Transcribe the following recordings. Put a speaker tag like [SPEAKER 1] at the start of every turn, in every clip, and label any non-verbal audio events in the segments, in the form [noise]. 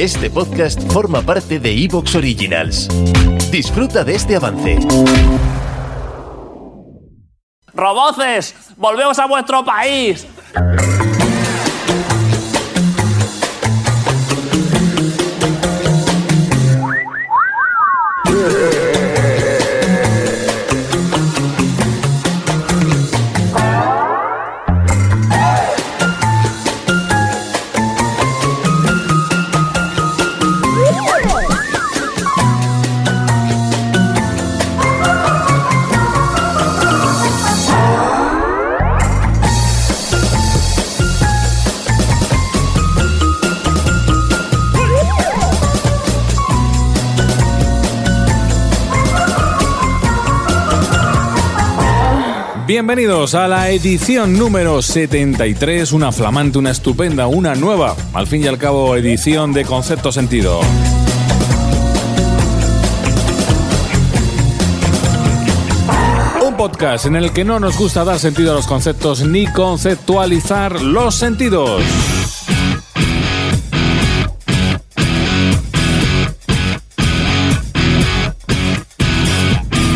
[SPEAKER 1] Este podcast forma parte de Evox Originals. Disfruta de este avance.
[SPEAKER 2] ¡Roboces! ¡Volvemos a vuestro país!
[SPEAKER 3] Bienvenidos a la edición número 73, una flamante, una estupenda, una nueva, al fin y al cabo edición de Concepto Sentido. Un podcast en el que no nos gusta dar sentido a los conceptos ni conceptualizar los sentidos.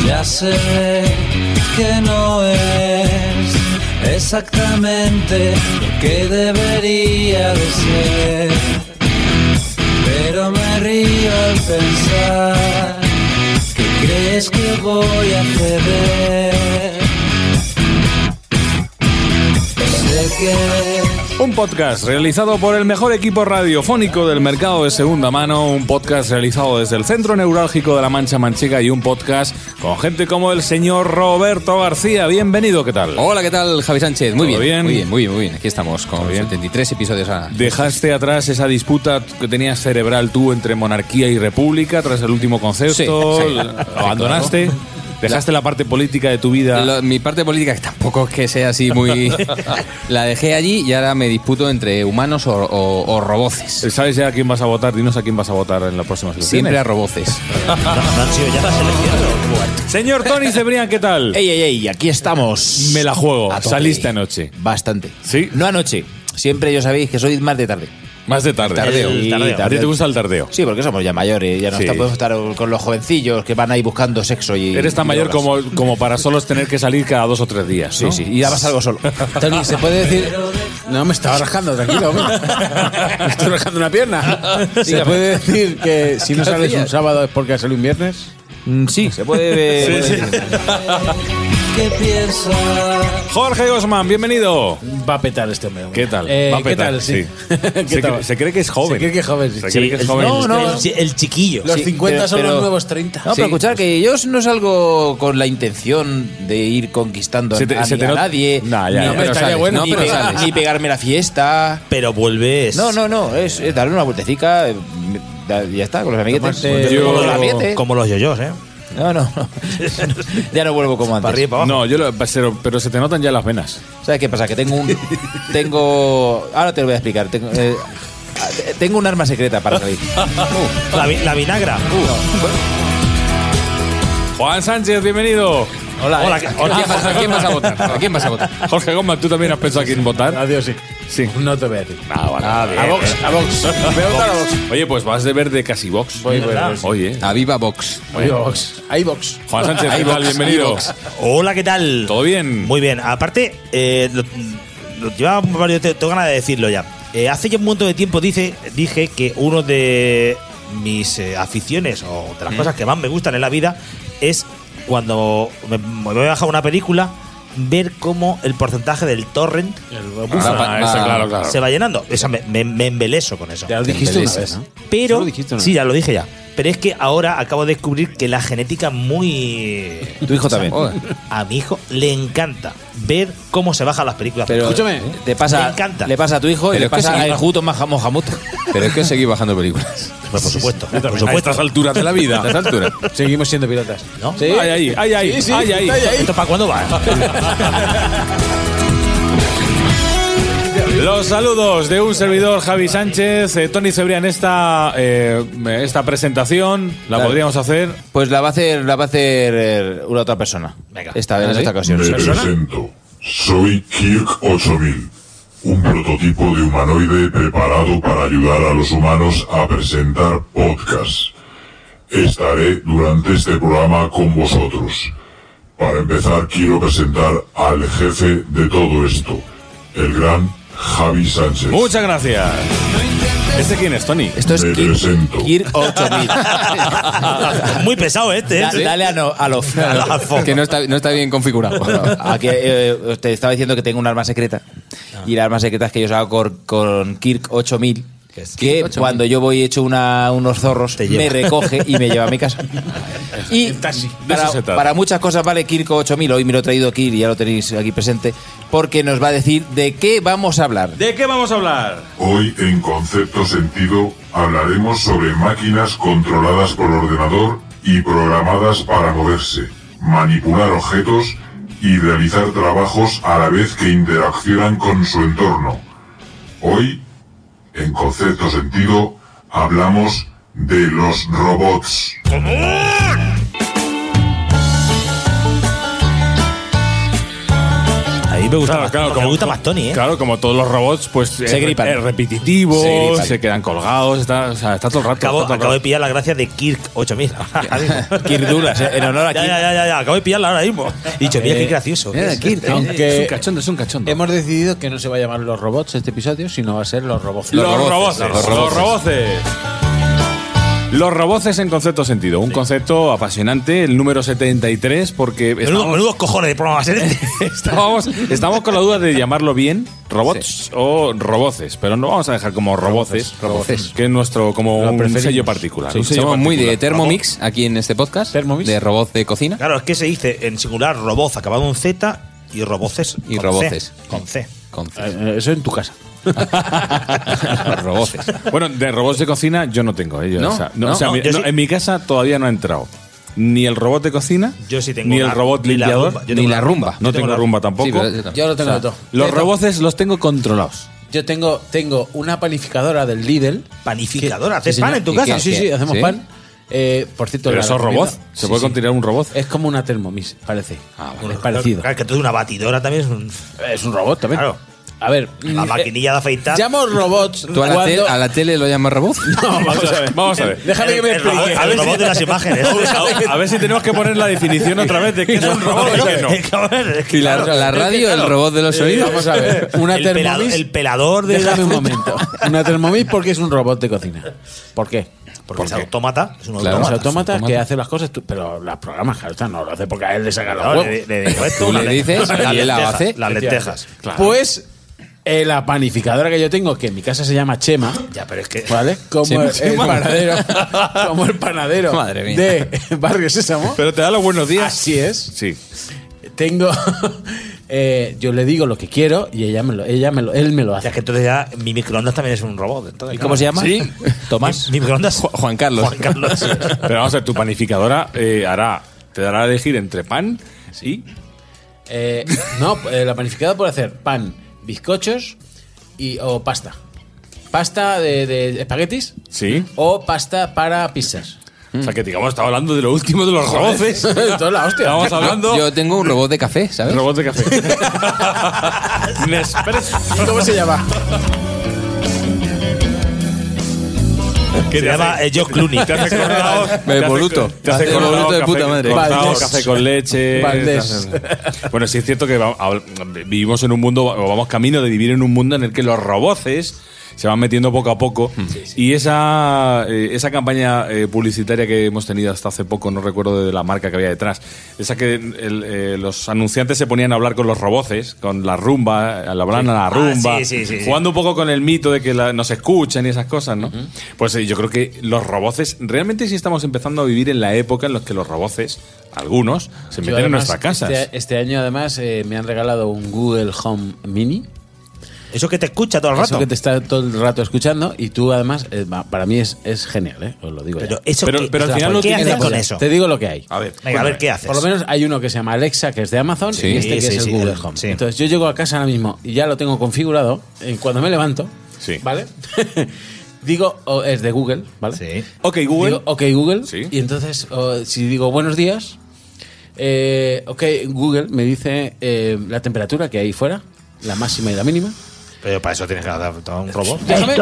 [SPEAKER 4] Ya sé que no es exactamente lo que debería de ser, pero me río al pensar que crees que voy a ceder. Sé que
[SPEAKER 3] Un podcast realizado por el mejor equipo radiofónico del mercado de segunda mano, un podcast realizado desde el Centro Neurálgico de la Mancha Manchega y un podcast con gente como el señor Roberto García. Bienvenido, ¿qué tal?
[SPEAKER 5] Hola, ¿qué tal, Javi Sánchez? Muy
[SPEAKER 3] ¿Todo
[SPEAKER 5] bien,
[SPEAKER 3] bien?
[SPEAKER 5] Muy bien, muy bien, muy bien. Aquí estamos con
[SPEAKER 3] bien?
[SPEAKER 5] 73 episodios a...
[SPEAKER 3] Dejaste atrás esa disputa que tenías cerebral tú entre monarquía y república tras el último concepto,
[SPEAKER 5] Sí, sí.
[SPEAKER 3] lo abandonaste, dejaste la parte política de tu vida.
[SPEAKER 5] Lo- mi parte política, que tampoco es que sea así
[SPEAKER 4] [laughs]
[SPEAKER 5] muy... la dejé allí y ahora me disputo entre humanos o, o- o roboces.
[SPEAKER 3] ¿Sabes ya a quién vas a votar? Dinos a quién vas a votar en las próximas elecciones.
[SPEAKER 5] Siempre a roboces.
[SPEAKER 3] Señor Tony Cebrián, ¿qué tal?
[SPEAKER 6] Ey, ey, ey, aquí estamos.
[SPEAKER 3] Me la juego.
[SPEAKER 6] A tope.
[SPEAKER 3] Saliste anoche.
[SPEAKER 6] Bastante.
[SPEAKER 3] Sí.
[SPEAKER 6] No anoche. Siempre yo sabéis que soy más de tarde.
[SPEAKER 3] Más de tarde.
[SPEAKER 6] Tardeo.
[SPEAKER 3] El
[SPEAKER 6] Sí,
[SPEAKER 3] tardeo. ¿A ti
[SPEAKER 6] tardeo.
[SPEAKER 3] te gusta el tardeo?
[SPEAKER 6] Sí, porque somos ya mayores, ya no
[SPEAKER 3] Sí.
[SPEAKER 6] está- podemos estar con los jovencillos que van ahí buscando sexo y.
[SPEAKER 3] Eres tan
[SPEAKER 6] y
[SPEAKER 3] mayor
[SPEAKER 6] drogas.
[SPEAKER 3] como, como para solos tener que salir cada dos o tres días.
[SPEAKER 6] Sí,
[SPEAKER 3] ¿no?
[SPEAKER 6] sí, y dabas
[SPEAKER 3] [laughs]
[SPEAKER 6] algo solo.
[SPEAKER 4] Tony, ¿se puede decir...? No, me estaba rajando, tranquilo. hombre. Me estoy
[SPEAKER 5] [laughs]
[SPEAKER 4] rajando
[SPEAKER 6] [laughs]
[SPEAKER 4] una pierna. ¿Se puede decir que si no sales un sábado es porque ha salido un viernes?
[SPEAKER 6] Mm, sí, se puede.
[SPEAKER 3] Sí, sí.
[SPEAKER 4] ¿Qué piensas?
[SPEAKER 3] Jorge Gosman, bienvenido.
[SPEAKER 4] Va a petar este hombre.
[SPEAKER 3] ¿Qué tal?
[SPEAKER 4] Eh,
[SPEAKER 3] Va a
[SPEAKER 4] ¿Qué
[SPEAKER 3] petar, [laughs]
[SPEAKER 4] tal? Sí. [laughs] ¿Qué
[SPEAKER 3] se,
[SPEAKER 4] tal?
[SPEAKER 3] cre- se cree que es joven.
[SPEAKER 4] Se cree que es joven, sí.
[SPEAKER 3] Se cree que es joven.
[SPEAKER 4] No, no.
[SPEAKER 7] Sí, el chiquillo.
[SPEAKER 4] Los
[SPEAKER 6] Sí,
[SPEAKER 4] 50
[SPEAKER 6] pero-
[SPEAKER 4] son los
[SPEAKER 6] pero-
[SPEAKER 4] nuevos 30.
[SPEAKER 6] No,
[SPEAKER 4] Sí.
[SPEAKER 6] pero escuchar que yo no salgo con la intención de ir conquistando
[SPEAKER 3] Se te-
[SPEAKER 6] a,
[SPEAKER 3] se
[SPEAKER 6] ni
[SPEAKER 3] te
[SPEAKER 6] a
[SPEAKER 3] not-
[SPEAKER 6] nadie,
[SPEAKER 3] Nah, ya,
[SPEAKER 6] ni,
[SPEAKER 3] ya.
[SPEAKER 6] pero
[SPEAKER 5] Estaría
[SPEAKER 6] sales,
[SPEAKER 5] bueno.
[SPEAKER 6] ni,
[SPEAKER 5] No, pero
[SPEAKER 6] pe-
[SPEAKER 5] sales.
[SPEAKER 6] ni pegarme la fiesta.
[SPEAKER 7] Pero vuelves.
[SPEAKER 6] No, no, no, es, es darle una vueltecita, eh, da- ya está, con los amiguetes.
[SPEAKER 4] Tomarte-
[SPEAKER 6] Con
[SPEAKER 3] Yo-
[SPEAKER 6] los amiguetes.
[SPEAKER 7] Como los yoyos, ¿eh?
[SPEAKER 6] No, no, no. ya no vuelvo como
[SPEAKER 7] Para arriba y
[SPEAKER 6] antes.
[SPEAKER 7] para
[SPEAKER 3] No,
[SPEAKER 7] abajo.
[SPEAKER 3] yo lo- pero, pero se te notan ya las venas.
[SPEAKER 6] ¿Sabes qué pasa? Que tengo un. Tengo. Ahora te lo voy a explicar. Tengo, eh, tengo un arma secreta para salir.
[SPEAKER 7] La, vi- la vinagra.
[SPEAKER 3] Juan Sánchez, bienvenido.
[SPEAKER 5] Hola,
[SPEAKER 7] Hola,
[SPEAKER 5] eh.
[SPEAKER 7] ¿qué-
[SPEAKER 5] ¿A quién vas- ¿A quién vas a votar? ¿A quién vas a votar?
[SPEAKER 3] Jorge Gosman, ¿tú también has pensado a quién votar?
[SPEAKER 4] Adiós, sí.
[SPEAKER 3] Sí.
[SPEAKER 4] No te voy a decir.
[SPEAKER 3] Ah, vale.
[SPEAKER 4] A Vox, a Vox. Voy [laughs] a votar a Vox.
[SPEAKER 3] Oye, pues vas de verde casi box.
[SPEAKER 4] Voy, voy, voy.
[SPEAKER 3] Oye.
[SPEAKER 5] A Viva Vox.
[SPEAKER 4] Voy a Vox. Ahí Vox.
[SPEAKER 3] Juan Sánchez, ¿qué tal? Bienvenido.
[SPEAKER 7] Hola, ¿qué tal?
[SPEAKER 3] ¿Todo bien?
[SPEAKER 7] Muy bien. Aparte, eh, lo- lo- llevaba varios- te- tengo ganas de decirlo ya. Eh, hace ya un montón de tiempo dice, dije que uno de mis eh, aficiones o
[SPEAKER 4] Mm.
[SPEAKER 7] de las cosas que más me gustan en la vida es cuando me, me voy a bajar una película, ver cómo el porcentaje del torrent
[SPEAKER 3] Ah,
[SPEAKER 5] Va-
[SPEAKER 3] eso,
[SPEAKER 5] va-
[SPEAKER 3] claro, claro.
[SPEAKER 7] se va llenando. Esa me, me- me embeleso con eso.
[SPEAKER 4] Ya lo dijiste una
[SPEAKER 5] Embeleses,
[SPEAKER 4] vez.
[SPEAKER 5] ¿no?
[SPEAKER 7] Pero.
[SPEAKER 4] Solo dijiste una
[SPEAKER 7] sí,
[SPEAKER 4] vez.
[SPEAKER 7] ya lo dije ya. pero es que ahora acabo de descubrir que la genética es muy.
[SPEAKER 4] [laughs]
[SPEAKER 6] Tu hijo también.
[SPEAKER 7] [laughs] A mi hijo le encanta ver cómo se bajan las películas.
[SPEAKER 6] Pero
[SPEAKER 4] Escúchame.
[SPEAKER 6] Te pasa,
[SPEAKER 7] Me encanta.
[SPEAKER 6] Le pasa a tu hijo y
[SPEAKER 5] Pero
[SPEAKER 6] le
[SPEAKER 5] es que
[SPEAKER 6] pasa
[SPEAKER 5] sí.
[SPEAKER 6] a Enjuto más Mohamuto.
[SPEAKER 5] Pero es que seguís bajando películas.
[SPEAKER 7] Pues, por supuesto.
[SPEAKER 3] Por supuesto, [laughs] a estas alturas de la
[SPEAKER 5] A
[SPEAKER 3] vida.
[SPEAKER 5] esa altura.
[SPEAKER 4] Seguimos siendo piratas.
[SPEAKER 7] ¿No?
[SPEAKER 4] Sí.
[SPEAKER 3] Ay, ahí, ay, ahí,
[SPEAKER 4] Sí, sí,
[SPEAKER 3] ay, ahí.
[SPEAKER 4] está ahí, ahí.
[SPEAKER 7] ¿Esto para cuándo va? eh.
[SPEAKER 3] Los saludos de un servidor, Javi Sánchez. Eh, Tony Cebrián, esta, eh, esta presentación la
[SPEAKER 5] Dale.
[SPEAKER 3] podríamos hacer.
[SPEAKER 5] Pues la va a hacer, la va a hacer eh, una otra persona.
[SPEAKER 7] Venga.
[SPEAKER 5] Esta vez, en
[SPEAKER 3] ¿Ah, sí?
[SPEAKER 5] esta ocasión.
[SPEAKER 8] Me presento. Soy Kirk 8000, un prototipo de humanoide preparado para ayudar a los humanos a presentar podcasts. Estaré durante este programa con vosotros. Para empezar, quiero presentar al jefe de todo esto, el gran Javi Sánchez.
[SPEAKER 3] Muchas gracias. ¿Este quién es, Tony?
[SPEAKER 5] Esto es
[SPEAKER 8] Me
[SPEAKER 5] Kir,
[SPEAKER 8] presento.
[SPEAKER 5] Kir [laughs] 8000.
[SPEAKER 7] Muy pesado este, ¿eh?
[SPEAKER 6] Da- Dale a, no, a [laughs] lo-
[SPEAKER 5] que no está, no está bien configurado.
[SPEAKER 6] Aquí eh, te estaba diciendo que tengo un arma secreta. Y el arma secreta es que yo salgo con, con Kirk 8000. Que cuando yo voy hecho una, unos zorros, me recoge y me lleva a mi casa. Y para,
[SPEAKER 3] eso se trata.
[SPEAKER 6] para muchas cosas vale Kirk 8000. Hoy me lo he traído Kirk y ya lo tenéis aquí presente. Porque nos va a decir de qué vamos a hablar.
[SPEAKER 3] ¿De qué vamos a hablar?
[SPEAKER 8] Hoy en Concepto Sentido hablaremos sobre máquinas controladas por ordenador y programadas para moverse, manipular objetos y realizar trabajos a la vez que interaccionan con su entorno. Hoy, en Concepto Sentido, hablamos de los robots.
[SPEAKER 7] A mí me gusta,
[SPEAKER 3] Claro,
[SPEAKER 7] más,
[SPEAKER 3] claro,
[SPEAKER 7] me
[SPEAKER 3] como-
[SPEAKER 7] gusta más Tony, ¿eh?
[SPEAKER 3] Claro, como todos los robots, pues es,
[SPEAKER 6] gripan.
[SPEAKER 3] es repetitivo,
[SPEAKER 6] Se
[SPEAKER 3] se,
[SPEAKER 6] gripan.
[SPEAKER 3] quedan colgados, está, o sea, está todo el rato.
[SPEAKER 7] Acabo,
[SPEAKER 3] está todo el
[SPEAKER 7] acabo de
[SPEAKER 3] rato.
[SPEAKER 7] pillar la gracia de Kirk 8000. ahora mismo.
[SPEAKER 6] Kirk Douglas, eh, en honor a
[SPEAKER 7] Ya,
[SPEAKER 6] Kirk.
[SPEAKER 7] ya, ya, ya, ya, acabo de pillarla ahora mismo. Y dicho, mira qué gracioso. eh".
[SPEAKER 5] Mira,
[SPEAKER 7] es.
[SPEAKER 5] Kir,
[SPEAKER 4] Aunque-
[SPEAKER 5] es un cachondo, es un cachondo.
[SPEAKER 4] Hemos decidido que no se va a llamar los robots este episodio, sino va a ser los robots.
[SPEAKER 3] Los,
[SPEAKER 5] Los
[SPEAKER 3] roboces,
[SPEAKER 5] roboces,
[SPEAKER 3] los
[SPEAKER 5] los
[SPEAKER 3] roboces. Los roboces en concepto sentido. Un concepto apasionante, el número 73, porque
[SPEAKER 7] Menudo-
[SPEAKER 3] estábamos,
[SPEAKER 7] menudos cojones de programa va a ser este. [laughs]
[SPEAKER 3] estábamos, estábamos con la duda de llamarlo bien robots o roboces, pero no vamos a dejar como roboces,
[SPEAKER 5] Roboces.
[SPEAKER 3] que es nuestro como
[SPEAKER 4] Lo
[SPEAKER 3] un
[SPEAKER 4] preferimos.
[SPEAKER 3] sello particular. un sello
[SPEAKER 5] Somos muy de
[SPEAKER 3] particular.
[SPEAKER 5] Thermomix aquí en este podcast.
[SPEAKER 4] Thermomix.
[SPEAKER 5] De robots de cocina.
[SPEAKER 7] Claro, es que se dice en singular roboz acabado en Z y roboces.
[SPEAKER 5] Y
[SPEAKER 7] con
[SPEAKER 5] roboces.
[SPEAKER 7] C, con C.
[SPEAKER 5] Con C.
[SPEAKER 4] Eh, Eso en
[SPEAKER 5] [laughs]
[SPEAKER 4] tu casa.
[SPEAKER 5] roboces.
[SPEAKER 3] Bueno, de robots de cocina yo no tengo. eh, yo,
[SPEAKER 5] No,
[SPEAKER 3] o sea, no,
[SPEAKER 5] no,
[SPEAKER 3] o sea,
[SPEAKER 7] no,
[SPEAKER 3] mi-
[SPEAKER 7] yo
[SPEAKER 3] no,
[SPEAKER 7] sí.
[SPEAKER 3] en mi casa todavía no ha entrado ni el robot de cocina,
[SPEAKER 7] Yo sí tengo
[SPEAKER 3] ni el
[SPEAKER 7] una-
[SPEAKER 3] robot
[SPEAKER 7] ni la
[SPEAKER 3] limpiador,
[SPEAKER 7] rumba.
[SPEAKER 5] Ni
[SPEAKER 7] Yo tengo
[SPEAKER 5] la
[SPEAKER 7] la
[SPEAKER 5] rumba.
[SPEAKER 3] no tengo la rumba
[SPEAKER 5] Sí,
[SPEAKER 3] tampoco.
[SPEAKER 5] pero yo tampoco.
[SPEAKER 4] Yo lo tengo todo.
[SPEAKER 3] Los
[SPEAKER 4] Yo tengo-
[SPEAKER 3] roboces los tengo controlados.
[SPEAKER 4] Yo tengo, tengo una panificadora del Lidl.
[SPEAKER 7] Panificadora,
[SPEAKER 4] ¿Haces
[SPEAKER 7] ¿haces pan en tu casa?
[SPEAKER 4] Sí, sí,
[SPEAKER 5] ¿Qué?
[SPEAKER 4] hacemos
[SPEAKER 5] ¿Sí?
[SPEAKER 4] pan. Eh, por cierto,
[SPEAKER 3] Pero
[SPEAKER 4] la
[SPEAKER 3] eso es
[SPEAKER 4] recomiendo.
[SPEAKER 3] robot. Se
[SPEAKER 4] Sí,
[SPEAKER 3] puede
[SPEAKER 4] sí.
[SPEAKER 3] considerar un robot.
[SPEAKER 4] Es como una Thermomix, parece.
[SPEAKER 7] Bueno,
[SPEAKER 4] Es parecido.
[SPEAKER 7] Claro, que tú una batidora también es un-
[SPEAKER 4] Ah, Es un robot también.
[SPEAKER 7] Claro.
[SPEAKER 3] [laughs]
[SPEAKER 4] A ver,
[SPEAKER 7] La
[SPEAKER 4] mm,
[SPEAKER 7] maquinilla de
[SPEAKER 4] eh,
[SPEAKER 7] afeitar.
[SPEAKER 4] llamo robots
[SPEAKER 5] ¿Tú a la,
[SPEAKER 4] cuando-
[SPEAKER 5] tel- a la tele lo llamas
[SPEAKER 4] [laughs]
[SPEAKER 5] robot?
[SPEAKER 3] Vamos a ver, vamos a ver.
[SPEAKER 4] Déjame que me
[SPEAKER 7] el robot,
[SPEAKER 4] explique.
[SPEAKER 7] el robot de las imágenes.
[SPEAKER 3] A ver si tenemos que poner la definición otra vez de qué es un
[SPEAKER 7] [laughs]
[SPEAKER 3] robot y qué no.
[SPEAKER 7] Es que, a ver, es que,
[SPEAKER 5] ¿Y la,
[SPEAKER 7] claro,
[SPEAKER 5] la
[SPEAKER 7] es que,
[SPEAKER 5] radio, el
[SPEAKER 7] claro,
[SPEAKER 5] robot de los sonidos?
[SPEAKER 4] Vamos
[SPEAKER 5] [laughs]
[SPEAKER 4] a ver, una
[SPEAKER 7] el, pelado-
[SPEAKER 4] Thermomix.
[SPEAKER 7] el pelador de
[SPEAKER 4] Déjame
[SPEAKER 7] la
[SPEAKER 4] un
[SPEAKER 7] fruta.
[SPEAKER 4] momento. Una Thermomix porque es un robot de cocina. ¿Por qué?
[SPEAKER 7] Porque es autómata, es un
[SPEAKER 5] Claro.
[SPEAKER 4] Los
[SPEAKER 7] autómata.
[SPEAKER 4] autómatas
[SPEAKER 5] autómatas.
[SPEAKER 4] que hace las cosas, tú- pero las programas, claro, está, no lo hace porque a él le saca los
[SPEAKER 7] Claro,
[SPEAKER 4] huevos.
[SPEAKER 7] le, le digo esto,
[SPEAKER 5] Tú
[SPEAKER 7] las
[SPEAKER 5] le
[SPEAKER 7] lentejas,
[SPEAKER 5] dices
[SPEAKER 7] las
[SPEAKER 5] y él la
[SPEAKER 7] lentejas,
[SPEAKER 5] hace.
[SPEAKER 7] Las lentejas.
[SPEAKER 4] Pues eh, la panificadora que yo tengo, que en mi casa se llama Chema,
[SPEAKER 7] Ya, pero es que.
[SPEAKER 4] ¿vale? Como
[SPEAKER 5] Chema,
[SPEAKER 4] el
[SPEAKER 5] Chema.
[SPEAKER 4] panadero, como el
[SPEAKER 3] [laughs]
[SPEAKER 4] panadero
[SPEAKER 5] Madre mía.
[SPEAKER 4] de Barrio Sésamo.
[SPEAKER 3] Pero te da los buenos días.
[SPEAKER 4] Así es.
[SPEAKER 3] Sí.
[SPEAKER 4] Tengo, [laughs] eh, yo le digo lo que quiero y ella me lo, ella me lo, él me lo
[SPEAKER 7] Ya
[SPEAKER 4] hace.
[SPEAKER 7] es que entonces ya mi microondas también es un robot. entonces,
[SPEAKER 6] ¿Y cómo se llama?
[SPEAKER 4] [laughs]
[SPEAKER 7] [laughs]
[SPEAKER 3] Sí.
[SPEAKER 6] Tomás.
[SPEAKER 7] Mi, mi microondas.
[SPEAKER 5] Juan Carlos.
[SPEAKER 7] Juan Carlos.
[SPEAKER 3] [laughs] Pero vamos a ver, tu panificadora eh, hará, te dará a elegir entre pan y.
[SPEAKER 4] Eh, no, eh, la panificada puede hacer pan, bizcochos y, o pasta. Pasta de, de espaguetis
[SPEAKER 3] Sí.
[SPEAKER 4] o pasta para pizzas. [laughs]
[SPEAKER 3] O sea, que digamos, estaba hablando de lo último de los roboces.
[SPEAKER 4] Toda la hostia.
[SPEAKER 3] Estábamos hablando.
[SPEAKER 5] Yo tengo un robot de café, ¿sabes?
[SPEAKER 3] Robot de
[SPEAKER 4] [laughs]
[SPEAKER 3] café. Nespresso.
[SPEAKER 4] ¿Cómo se llama?
[SPEAKER 7] se llama eh, Joe Clooney.
[SPEAKER 3] Te hace cortado.
[SPEAKER 5] Voluto.
[SPEAKER 3] Te hace
[SPEAKER 5] Hace
[SPEAKER 3] colorado
[SPEAKER 5] voluto de
[SPEAKER 3] café
[SPEAKER 5] puta madre.
[SPEAKER 3] cortado,
[SPEAKER 4] Valdés.
[SPEAKER 3] café con leche.
[SPEAKER 4] Valdés.
[SPEAKER 3] Bueno, sí es cierto que va- habl- vivimos en un mundo, o vamos camino de vivir en un mundo en el que los roboces se van metiendo poco a poco. Y esa, eh, esa campaña eh, publicitaria que hemos tenido hasta hace poco, no recuerdo de la marca que había detrás, esa que el, eh, los anunciantes se ponían a hablar con los roboces, con la rumba, eh, le hablaban a la rumba,
[SPEAKER 7] sí, sí, sí, sí.
[SPEAKER 3] jugando un poco con el mito de que la- nos escuchan y esas cosas, ¿no? Pues eh, yo creo que los roboces, realmente sí estamos empezando a vivir en la época en la que los roboces, algunos, se
[SPEAKER 4] Yo,
[SPEAKER 3] meten en
[SPEAKER 4] además,
[SPEAKER 3] nuestras casas.
[SPEAKER 4] Este, este año, además, eh, me han regalado un Google Home Mini.
[SPEAKER 7] Eso que te escucha todo el
[SPEAKER 4] Eso
[SPEAKER 7] rato.
[SPEAKER 4] que te está todo el rato escuchando. Y tú, además, eh, va- para mí es, es genial, ¿eh? Os lo digo. ya.
[SPEAKER 7] Pero eso
[SPEAKER 3] Pero-
[SPEAKER 7] que-
[SPEAKER 3] pero al
[SPEAKER 7] o sea,
[SPEAKER 3] final no
[SPEAKER 7] ¿Qué
[SPEAKER 3] tiene
[SPEAKER 7] haces
[SPEAKER 3] la
[SPEAKER 7] con
[SPEAKER 3] cosa.
[SPEAKER 7] eso?
[SPEAKER 4] Te digo lo que hay.
[SPEAKER 3] A ver,
[SPEAKER 7] Venga, a ver qué haces.
[SPEAKER 4] Por lo menos hay uno que se llama Alexa, que es de Amazon,
[SPEAKER 5] Sí,
[SPEAKER 4] y este que
[SPEAKER 7] sí,
[SPEAKER 4] es
[SPEAKER 7] sí,
[SPEAKER 4] el Google
[SPEAKER 7] el-
[SPEAKER 4] Home.
[SPEAKER 7] sí.
[SPEAKER 4] Entonces yo llego a casa ahora mismo y ya lo tengo configurado. eh, cuando me levanto,
[SPEAKER 3] Sí.
[SPEAKER 4] ¿vale? [laughs] digo, o es de Google, ¿vale?
[SPEAKER 7] Sí.
[SPEAKER 3] Ok, Google.
[SPEAKER 4] Digo, oh, ok, Google.
[SPEAKER 3] Sí.
[SPEAKER 4] Y entonces, o, si digo buenos días, eh, ok, Google me dice eh, la temperatura que hay fuera, la máxima y la mínima.
[SPEAKER 7] Pero para eso tienes que hacer todo un robot.
[SPEAKER 4] Déjame,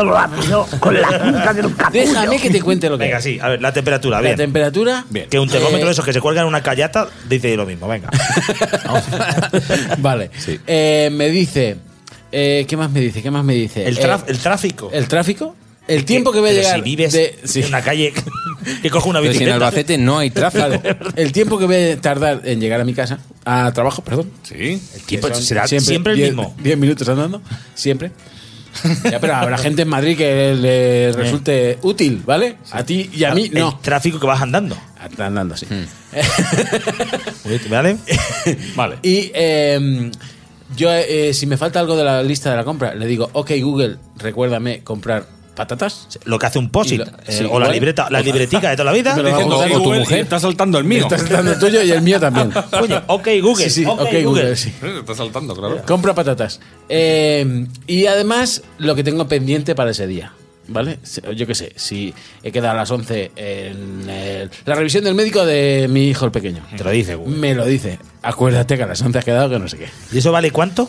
[SPEAKER 4] déjame que te cuente lo que
[SPEAKER 7] [laughs] Venga,
[SPEAKER 4] hay.
[SPEAKER 7] sí, a ver, la temperatura,
[SPEAKER 4] La
[SPEAKER 7] bien.
[SPEAKER 4] temperatura.
[SPEAKER 3] Bien.
[SPEAKER 7] que un termómetro
[SPEAKER 4] eh,
[SPEAKER 7] de esos que se cuelga en una callata dice lo
[SPEAKER 4] [laughs]
[SPEAKER 7] mismo, venga.
[SPEAKER 4] vale. Eh, me dice. eh, ¿Qué más me dice? ¿Qué más me dice?
[SPEAKER 7] El,
[SPEAKER 4] Eh,
[SPEAKER 7] traf- el tráfico.
[SPEAKER 4] el tráfico. El tiempo que voy a
[SPEAKER 7] Pero
[SPEAKER 4] llegar.
[SPEAKER 7] Si vives
[SPEAKER 4] de- sí.
[SPEAKER 7] en una calle [laughs] que coge una
[SPEAKER 5] Pero si en
[SPEAKER 7] bicicleta.
[SPEAKER 5] Albacete no hay tráfico.
[SPEAKER 4] El tiempo que voy a tardar en llegar a mi casa, a trabajo, perdón.
[SPEAKER 3] Sí.
[SPEAKER 7] el tiempo
[SPEAKER 4] Son
[SPEAKER 7] será siempre, el
[SPEAKER 4] diez-
[SPEAKER 7] mismo.
[SPEAKER 4] 10 minutos andando,
[SPEAKER 7] [laughs]
[SPEAKER 4] siempre. Ya, pero habrá gente en Madrid que
[SPEAKER 7] Eh.
[SPEAKER 4] le resulte útil, ¿vale? A ti y a mí no.
[SPEAKER 7] El tráfico que vas Eh, andando.
[SPEAKER 4] Andando, sí.
[SPEAKER 5] Hmm.
[SPEAKER 7] ¿Vale?
[SPEAKER 3] Vale.
[SPEAKER 4] Y eh, yo, eh, si me falta algo de la lista de la compra, le digo, ok, Google, recuérdame comprar patatas.
[SPEAKER 7] Lo que hace un posit.
[SPEAKER 4] Y lo-
[SPEAKER 7] eh,
[SPEAKER 4] sí,
[SPEAKER 7] o la
[SPEAKER 4] ¿vale?
[SPEAKER 7] libreta, la libretica de toda la vida.
[SPEAKER 4] [laughs] Pero vamos,
[SPEAKER 3] Diciendo,
[SPEAKER 4] Como
[SPEAKER 3] "Ok,
[SPEAKER 4] tu
[SPEAKER 3] Google",
[SPEAKER 4] mujer.
[SPEAKER 3] y está saltando el mío.
[SPEAKER 4] [laughs] Estás dando el tuyo y el mío también.
[SPEAKER 7] Coño, ok, [laughs] Google.
[SPEAKER 4] Sí, sí,
[SPEAKER 7] ok, Google.
[SPEAKER 4] sí.
[SPEAKER 3] Está saltando, claro.
[SPEAKER 4] Compra patatas. Eh, y además, lo que tengo pendiente para ese día. ¿Vale? Si- Yo qué sé, si he quedado a las 11 en el- la revisión del médico de mi hijo el pequeño.
[SPEAKER 7] Te lo dice Google.
[SPEAKER 4] Me lo dice. Acuérdate que a las 11 has quedado que no sé qué.
[SPEAKER 7] ¿Y eso vale cuánto?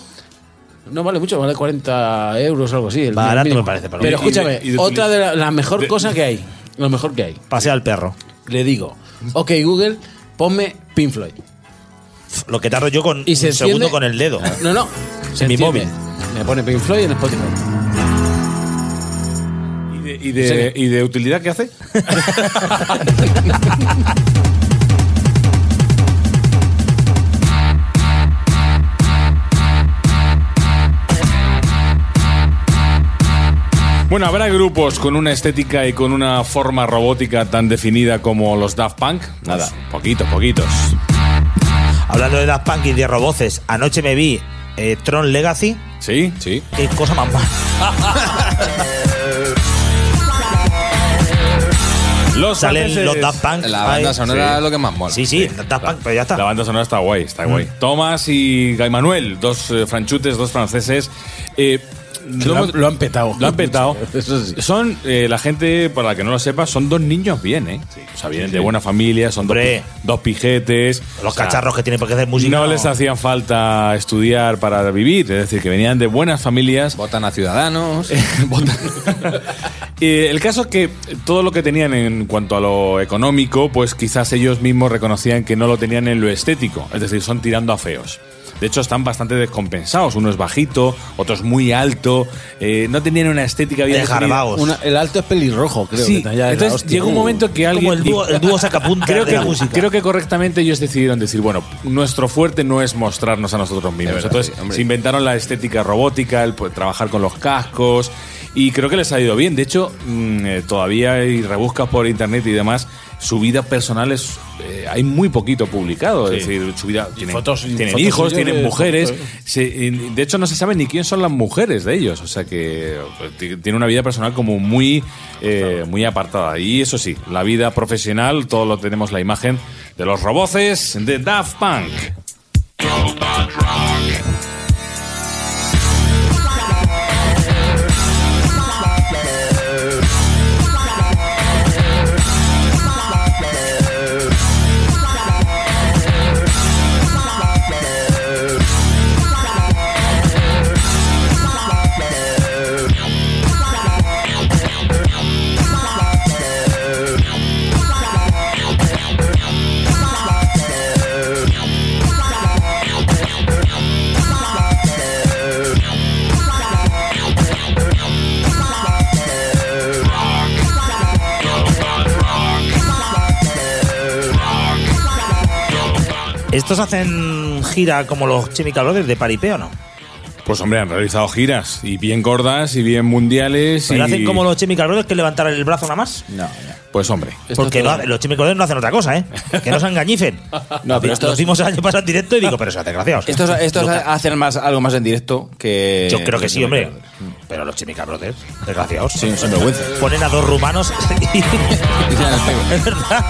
[SPEAKER 4] No vale mucho, vale 40 euros o algo así. el
[SPEAKER 7] Barato
[SPEAKER 4] mínimo.
[SPEAKER 7] me parece para
[SPEAKER 4] Pero
[SPEAKER 3] mí. Y
[SPEAKER 4] escúchame,
[SPEAKER 3] de- y de
[SPEAKER 4] otra de la, la
[SPEAKER 3] de-
[SPEAKER 4] mejor cosa que hay. Lo mejor que hay.
[SPEAKER 7] Pasea al perro.
[SPEAKER 4] Le digo, ok Google, ponme Pink Floyd.
[SPEAKER 7] Pf, Lo que tardo yo con
[SPEAKER 4] Y se
[SPEAKER 7] un segundo
[SPEAKER 4] enciende-
[SPEAKER 7] con el dedo. ¿eh?
[SPEAKER 4] No, no. se
[SPEAKER 7] mi
[SPEAKER 4] enciende.
[SPEAKER 7] móvil.
[SPEAKER 4] Me pone Pink Floyd en Spotify.
[SPEAKER 3] ¿Y de, y de- y de utilidad qué hace? [laughs] Bueno, habrá grupos con una estética y con una forma robótica tan definida como los Daft Punk. Nada,
[SPEAKER 7] Pues-
[SPEAKER 3] poquitos, poquitos.
[SPEAKER 7] Hablando de Daft Punk y de roboces, anoche me vi eh, Tron Legacy.
[SPEAKER 3] ¿Sí? Sí.
[SPEAKER 7] Qué cosa más
[SPEAKER 3] [laughs]
[SPEAKER 7] mala.
[SPEAKER 3] Los
[SPEAKER 7] Salen
[SPEAKER 3] franceses-
[SPEAKER 7] los Daft Punk.
[SPEAKER 5] La banda
[SPEAKER 7] Ay,
[SPEAKER 5] sonora es lo que más mola.
[SPEAKER 7] Sí, sí, Daft Punk, pero
[SPEAKER 3] La
[SPEAKER 7] ya está. Mm.
[SPEAKER 3] banda sonora está guay, está guay. Tomás y Guy Manuel, dos eh, franchutes, dos franceses. eh,
[SPEAKER 4] Lo,
[SPEAKER 3] no-
[SPEAKER 4] han- lo han petado.
[SPEAKER 7] [laughs]
[SPEAKER 3] Lo han petado.
[SPEAKER 4] Eso sí.
[SPEAKER 3] Son, eh, la gente, para la que no lo sepa, son dos niños bien, ¿eh? O sea, vienen de buena familia, son dos,
[SPEAKER 7] Hombre.
[SPEAKER 3] pi- dos pijetes.
[SPEAKER 7] Los
[SPEAKER 3] O sea,
[SPEAKER 7] cacharros que tienen porque hacer música.
[SPEAKER 3] No les hacían falta estudiar para vivir, es decir, que venían de buenas familias.
[SPEAKER 5] Votan a
[SPEAKER 3] [laughs]
[SPEAKER 5] Ciudadanos.
[SPEAKER 3] Eh, el caso es que todo lo que tenían en cuanto a lo económico, pues quizás ellos mismos reconocían que no lo tenían en lo estético, es decir, son tirando a feos. De hecho, están bastante descompensados. Uno es bajito, otro es muy alto. eh, no tenían una estética bien definida.
[SPEAKER 7] Desgarbados.
[SPEAKER 4] Una- el alto es pelirrojo, creo.
[SPEAKER 3] Sí,
[SPEAKER 4] que está ya es la
[SPEAKER 3] entonces
[SPEAKER 4] hostia. Uh.
[SPEAKER 3] llegó un momento que alguien
[SPEAKER 7] Como el dúo, el dúo sacapunta
[SPEAKER 3] creo
[SPEAKER 7] de
[SPEAKER 3] que,
[SPEAKER 7] la música.
[SPEAKER 3] creo que correctamente ellos decidieron decir, bueno, nuestro fuerte no es mostrarnos a nosotros mismos.
[SPEAKER 5] Es verdad,
[SPEAKER 3] Entonces
[SPEAKER 5] sí, hombre.
[SPEAKER 3] se inventaron la estética robótica, el pues, trabajar con los cascos y creo que les ha ido bien. De hecho, mm, eh, todavía hay rebuscas por internet y demás. Su vida personal es. eh, hay muy poquito publicado. Es decir, su vida. Tienen,
[SPEAKER 4] fotos-
[SPEAKER 3] tienen
[SPEAKER 4] fotos
[SPEAKER 3] hijos,
[SPEAKER 4] suyas
[SPEAKER 3] tienen
[SPEAKER 4] de-
[SPEAKER 3] mujeres.
[SPEAKER 4] fotos,
[SPEAKER 3] Se- y de hecho, no se sabe ni quién son las mujeres de ellos. O sea que eh, ti- tiene una vida personal como muy, eh, muy apartada. Y eso sí, la vida profesional, todo lo tenemos la imagen de los roboces de Daft Punk.
[SPEAKER 7] ¿Estos hacen gira como los Chemical Brothers de paripé o no?
[SPEAKER 3] Pues hombre, han realizado giras y bien gordas y bien mundiales.
[SPEAKER 7] ¿Pero
[SPEAKER 3] y...
[SPEAKER 7] hacen como los Chemical Brothers que levantar el brazo nada más?
[SPEAKER 3] Pues hombre.
[SPEAKER 7] Porque no- los Chemical Brothers no hacen otra cosa, ¿eh? Que no se
[SPEAKER 3] [laughs]
[SPEAKER 7] engañifen.
[SPEAKER 6] No, pero
[SPEAKER 7] los
[SPEAKER 6] estos-
[SPEAKER 7] vimos el año pasado en directo y digo, pero sean desgraciados.
[SPEAKER 6] Estos, estos hacen más, algo más en directo que.
[SPEAKER 7] Yo creo que sí, hombre. Pero los Chemical Brothers, desgraciados. Sí, son vergüenza. Ponen a dos rumanos [laughs] y. es verdad.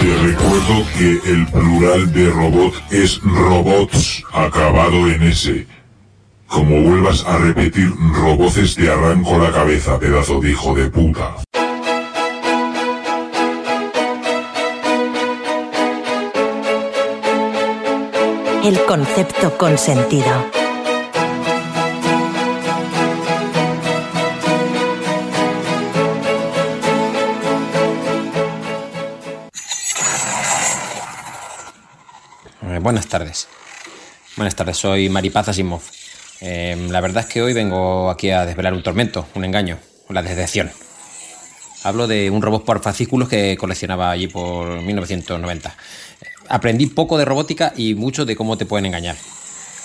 [SPEAKER 8] Te recuerdo que el plural de robot es robots, acabado en S. Como vuelvas a repetir roboces te arranco la cabeza, pedazo de hijo de puta.
[SPEAKER 9] El concepto consentido.
[SPEAKER 10] Eh, buenas tardes. Buenas tardes, soy Maripaz Asimov. Eh, la verdad es que hoy vengo aquí a desvelar un tormento, un engaño, la desdección. Hablo de un robot por fascículos que coleccionaba allí por 1990. Aprendí poco de robótica y mucho de cómo te pueden engañar.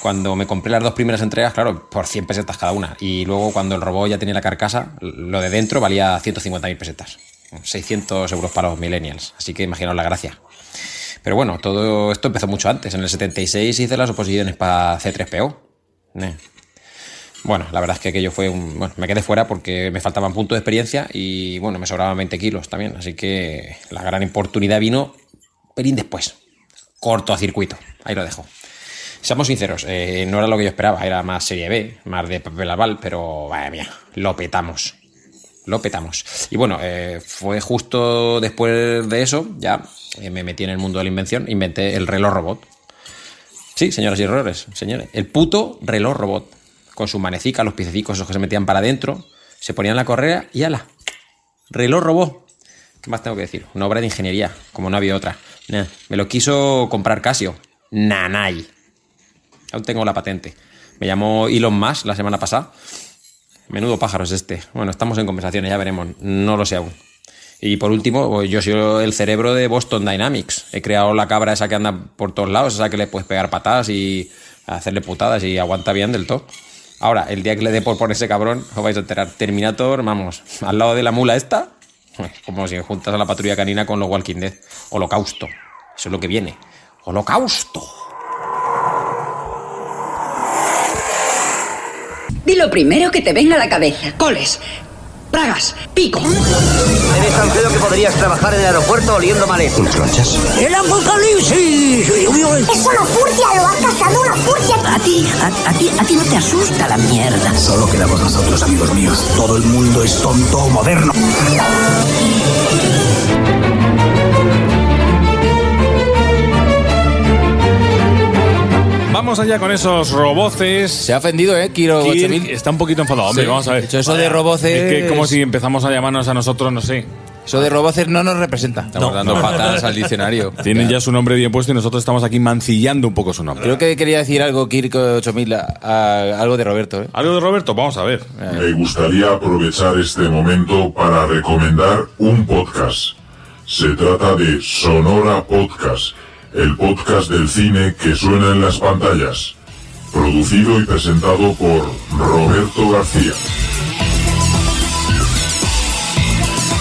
[SPEAKER 10] Cuando me compré las dos primeras entregas, claro, por 100 pesetas cada una. Y luego cuando el robot ya tenía la carcasa, lo de dentro valía 150.000 pesetas. 600 euros para los millennials. Así que imaginaos la gracia. Pero bueno, todo esto empezó mucho antes. En el 76 hice las oposiciones para C3PO. Eh. Bueno, la verdad es que aquello fue un... Bueno, me quedé fuera porque me faltaban puntos de experiencia y bueno, me sobraban 20 kilos también. Así que la gran oportunidad vino pelín después. Corto a circuito. Ahí lo dejo. Seamos sinceros, eh, no era lo que yo esperaba. Era más serie B, más de papel aval, pero vaya mía, lo petamos lo petamos. Y bueno, eh, fue justo después de eso, ya eh, me metí en el mundo de la invención, inventé el reloj robot. Sí, señoras y errores, señores. El puto reloj robot, con su manecita, los piececicos, esos que se metían para adentro, se ponían la correa y ala. Reloj robot. ¿Qué más tengo que decir? Una obra de ingeniería, como no había otra. Nah, me lo quiso comprar Casio. Nanay. Aún tengo la patente. Me llamó Elon Musk la semana pasada Menudo pájaro es este. Bueno, estamos en conversaciones, ya veremos. No lo sé aún. Y por último, pues, yo soy el cerebro de Boston Dynamics. He creado la cabra esa que anda por todos lados, esa que le puedes pegar patadas y hacerle putadas y aguanta bien del todo. Ahora, el día que le dé por ponerse cabrón, os vais a enterar. Terminator, vamos, al lado de la mula esta, [laughs] como si juntas a la patrulla canina con los Walking Dead. Holocausto. Eso es lo que viene. Holocausto.
[SPEAKER 11] Di lo primero que te venga a la cabeza. Coles, pragas, pico.
[SPEAKER 12] Eres tan feo que podrías trabajar en el aeropuerto oliendo maleta.
[SPEAKER 13] ¡El apocalipsis! Es una furcia, lo ha cazado una furcia. A ti, a, a ti, a ti no te asusta la mierda.
[SPEAKER 12] Solo quedamos nosotros, amigos míos. Todo el mundo es tonto o moderno.
[SPEAKER 3] Vamos allá con esos roboces. Se
[SPEAKER 6] ha ofendido, ¿eh? Kiro
[SPEAKER 3] Kir
[SPEAKER 6] 8000.
[SPEAKER 3] está un poquito enfadado, hombre,
[SPEAKER 6] Sí.
[SPEAKER 3] vamos a ver.
[SPEAKER 6] De hecho, eso de roboces-
[SPEAKER 3] Es que como si empezamos a llamarnos a nosotros, no sé.
[SPEAKER 6] Eso
[SPEAKER 10] Ah.
[SPEAKER 6] de roboces no nos representa.
[SPEAKER 3] Estamos
[SPEAKER 6] dando patadas al
[SPEAKER 3] diccionario. Tienen ya su nombre bien puesto y nosotros estamos aquí mancillando un poco su nombre.
[SPEAKER 6] Creo que quería decir algo, Kirk 8000, a- a- algo de Roberto. ¿eh?
[SPEAKER 3] ¿Algo de Roberto? Vamos a ver.
[SPEAKER 8] Me gustaría aprovechar este momento para recomendar un podcast. Se trata de Sonora Podcast, el podcast del cine que suena en las pantallas. Producido y presentado por Roberto García.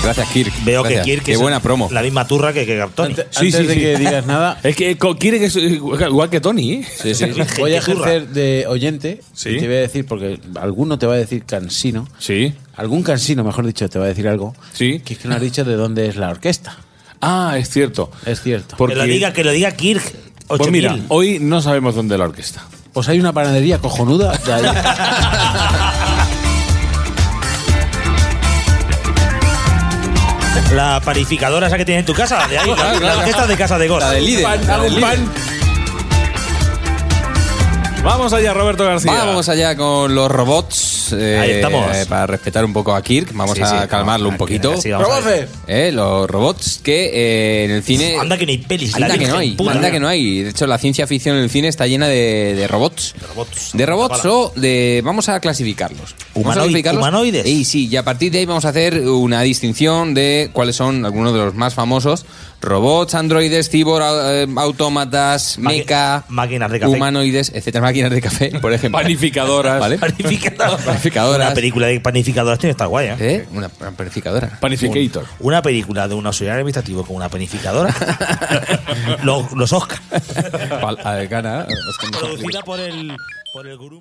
[SPEAKER 5] Gracias, Kirk.
[SPEAKER 7] Veo
[SPEAKER 5] Gracias.
[SPEAKER 7] que Kirk
[SPEAKER 5] Qué
[SPEAKER 7] es
[SPEAKER 5] buena promo.
[SPEAKER 7] La misma turra que, que Gartoni.
[SPEAKER 4] nada.
[SPEAKER 3] Es que co- quiere que. su- Igual que Tony, ¿eh? Sí,
[SPEAKER 4] Voy a ejercer de oyente.
[SPEAKER 3] Sí.
[SPEAKER 4] Te voy a decir, porque alguno te va a decir cansino.
[SPEAKER 3] Sí.
[SPEAKER 4] Algún cansino, mejor dicho, te va a decir algo.
[SPEAKER 3] Sí.
[SPEAKER 4] Que es que no has dicho de dónde es la orquesta.
[SPEAKER 3] Ah, es cierto.
[SPEAKER 4] Es cierto.
[SPEAKER 3] Porque- lo diga,
[SPEAKER 7] que lo diga Kirk.
[SPEAKER 3] Pues mira, hoy no sabemos dónde la orquesta.
[SPEAKER 4] Pues hay una panadería cojonuda. de ahí.
[SPEAKER 7] La panificadora esa que tienes en tu casa, de ahí.
[SPEAKER 10] [laughs]
[SPEAKER 7] la-
[SPEAKER 4] Claro,
[SPEAKER 7] la
[SPEAKER 4] claro.
[SPEAKER 7] orquesta de casa de Gos.
[SPEAKER 4] La de Lidl, Pan, la de hago un Lidl. pan. Vamos allá, Roberto García.
[SPEAKER 10] Vamos allá con los robots. eh,
[SPEAKER 4] Ahí estamos.
[SPEAKER 10] eh, para respetar un poco a Kirk. Vamos
[SPEAKER 4] Sí,
[SPEAKER 10] a
[SPEAKER 4] sí,
[SPEAKER 10] calmarlo
[SPEAKER 4] vamos,
[SPEAKER 10] un poquito.
[SPEAKER 4] sí, vamos a ver. ¡Roboces!
[SPEAKER 10] Eh, los robots que eh, en el cine.
[SPEAKER 7] Anda que no hay pelis.
[SPEAKER 10] Anda
[SPEAKER 7] la
[SPEAKER 10] que no
[SPEAKER 7] Virgen
[SPEAKER 10] hay,
[SPEAKER 7] puta.
[SPEAKER 10] anda que no hay. De hecho, la ciencia ficción en el cine está llena de, de robots. De
[SPEAKER 7] robots.
[SPEAKER 10] o de... Vamos a clasificarlos. Vamos a
[SPEAKER 7] Humanoid-
[SPEAKER 10] clasificarlos.
[SPEAKER 7] humanoides.
[SPEAKER 10] Y sí, y a partir de ahí vamos a hacer una distinción de cuáles son algunos de los más famosos. Robots, androides, cibor, eh, autómatas,
[SPEAKER 7] Maqui-
[SPEAKER 10] meca,
[SPEAKER 7] máquinas de café.
[SPEAKER 10] humanoides, etcétera, [laughs] máquinas de café, por ejemplo. Panificadoras. ¿Vale?
[SPEAKER 7] Panificadoras.
[SPEAKER 10] Panificadoras.
[SPEAKER 7] Una película de panificadoras tiene que estar guay, ¿eh?
[SPEAKER 10] ¿Eh? Una panificadora.
[SPEAKER 4] Panificator.
[SPEAKER 7] Un- una película de un auxiliar administrativo con una panificadora. los, los Oscar.
[SPEAKER 10] Pal- a ver, gana, los que no son-
[SPEAKER 7] Producida por el, por el gurú.